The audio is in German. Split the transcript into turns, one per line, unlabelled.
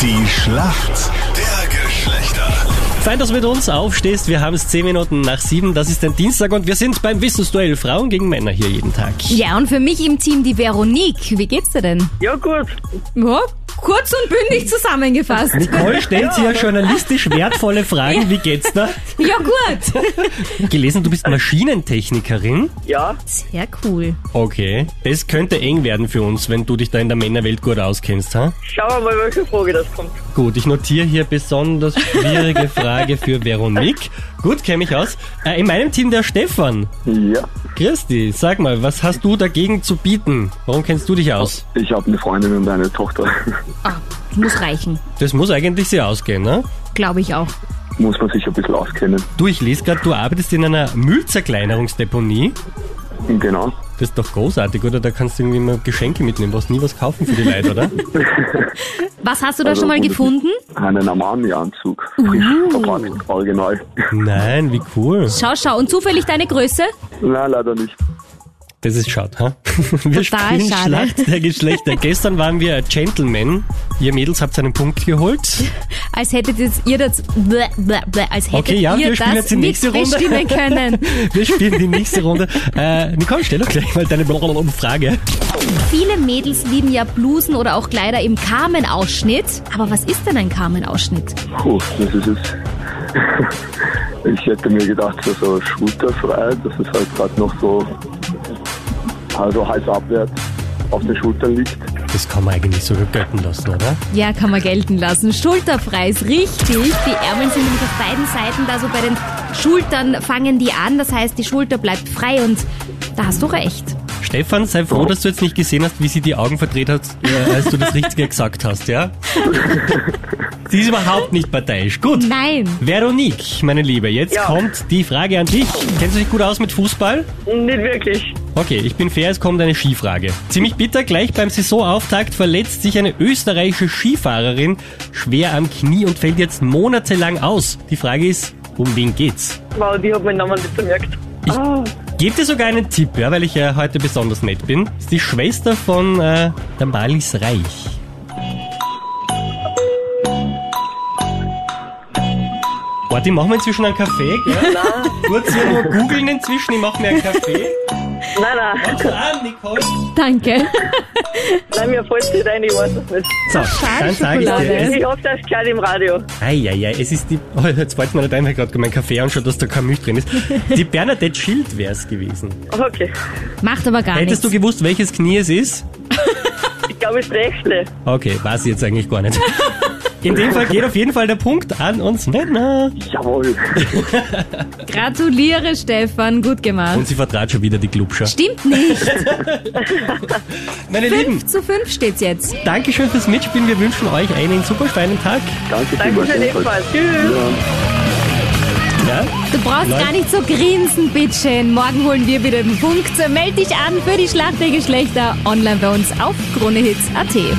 Die Schlacht der Geschlechter.
Fein, dass du mit uns aufstehst. Wir haben es 10 Minuten nach 7. Das ist ein Dienstag und wir sind beim Wissensduell Frauen gegen Männer hier jeden Tag.
Ja, und für mich im Team die Veronique. Wie geht's dir denn?
Ja gut,
Ja, kurz und bündig zusammengefasst.
Nicole stellt dir journalistisch wertvolle Fragen. Wie geht's da?
Ja, gut.
Gelesen, du bist Maschinentechnikerin.
ja,
Sehr cool.
Okay. Das könnte eng werden für uns, wenn du dich da in der Männerwelt gut auskennst. Ha?
schauen wir mal, welche Frage das kommt.
Gut, ich notiere hier besonders schwierige Frage für Veronique. Gut, kenne mich aus. Äh, in meinem Team der Stefan.
Ja,
Christi, sag mal, was hast du dagegen zu bieten? Warum kennst du dich aus?
ich habe eine Freundin und eine Tochter.
Ah, muss reichen.
Das muss eigentlich sehr ausgehen, ne?
Glaube ich auch.
Muss man sich ein bisschen auskennen.
Du, ich lese gerade, du arbeitest in einer Müllzerkleinerungsdeponie.
Genau.
Das ist doch großartig, oder? Da kannst du irgendwie immer Geschenke mitnehmen. Du brauchst nie was kaufen für die Leute, oder?
Was hast du da
Also,
schon mal
und-
gefunden?
Einen Armani-Anzug. Frisch verpackt, original.
Nein, wie cool.
Schau, schau. Und zufällig deine Größe?
Nein, leider nicht.
Das ist schade, ha? Wir
Total
spielen
schade.
Schlacht der Geschlechter. Gestern waren wir Gentlemen. Ihr Mädels habt einen Punkt geholt.
Als hättet jetzt ihr das... Bleh, bleh, bleh, als hättet
Okay, ja,
ihr
wir spielen
das
jetzt die nächste
nicht
Runde.
bestimmen können.
Wir spielen die nächste Runde. Äh, Nicole, stell doch gleich mal deine blablabla Frage.
Viele Mädels lieben ja Blusen oder auch Kleider im Carmen-Ausschnitt. Aber was ist denn ein Carmen-Ausschnitt?
Puh, das ist es. Ich hätte mir gedacht, so, so schulterfrei, das ist halt gerade noch so, also Hals abwärts auf den Schultern liegt.
Das kann man eigentlich sogar götten lassen, oder?
Ja, kann man gelten lassen. Schulterfrei ist richtig. Die Ärmel sind nämlich auf beiden Seiten da, so bei den Schultern fangen die an. Das heißt, die Schulter bleibt frei und da hast du recht.
Stefan, sei froh, dass du jetzt nicht gesehen hast, wie sie die Augen verdreht hat, äh, als du das Richtige gesagt hast, ja? sie ist überhaupt nicht parteiisch. Gut.
Nein.
Veronique, meine Liebe, jetzt
Ja.
kommt die Frage an dich. Kennst du dich gut aus mit Fußball?
Nicht wirklich.
Okay, ich bin fair, es kommt eine Skifrage. Ziemlich bitter, gleich beim Saisonauftakt verletzt sich eine österreichische Skifahrerin schwer am Knie und fällt jetzt monatelang aus. Die Frage ist, um wen geht's?
Wow, die hat meinen Namen nicht bemerkt. Ah,
Gebt dir sogar einen Tipp, ja, weil ich ja heute besonders nett bin. Ist die Schwester von äh, der Malis Reich. Warte, ich mach mir inzwischen einen Kaffee, gell?
nein,
Kurz hier nur googeln inzwischen, ich mach mir einen Kaffee.
nein, nein,
Kommst du an, Nicole?
Danke.
nein, mir fällt nicht ein, ich weiß es nicht.
So, dann sag ich dir.
Schokolade.
es-
Ich hoffe, das ist gleich im Radio.
Eieiei, es ist die. Oh, jetzt wollte ich mir nicht ein, weil gerade mein Kaffee anschaut, dass da kein Milch drin ist. Die Bernadette Schild wäre es gewesen.
Okay,
Macht aber gar
Hättest du
nichts.
gewusst, welches Knie es ist?
ich glaube, es ist rechte.
Okay, weiß ich jetzt eigentlich gar nicht. In dem Fall geht auf jeden Fall der Punkt an uns Männer.
Jawohl.
Gratuliere, Stefan. Gut gemacht.
Und sie vertrat schon wieder die Klubscher.
Stimmt nicht.
Meine Lieben,
5 zu 5 steht's jetzt.
Dankeschön fürs Mitspielen. Wir wünschen euch einen super feinen Tag.
Danke,
Danke
vielmals,
für den
jedenfalls.
Fall. Tschüss.
Ja.
Ja?
Du brauchst
Leute.
gar nicht so grinsen, bitteschön. Morgen holen wir wieder den Punkt. Meld dich an für die Schlacht der Geschlechter online bei uns auf kronehits.at.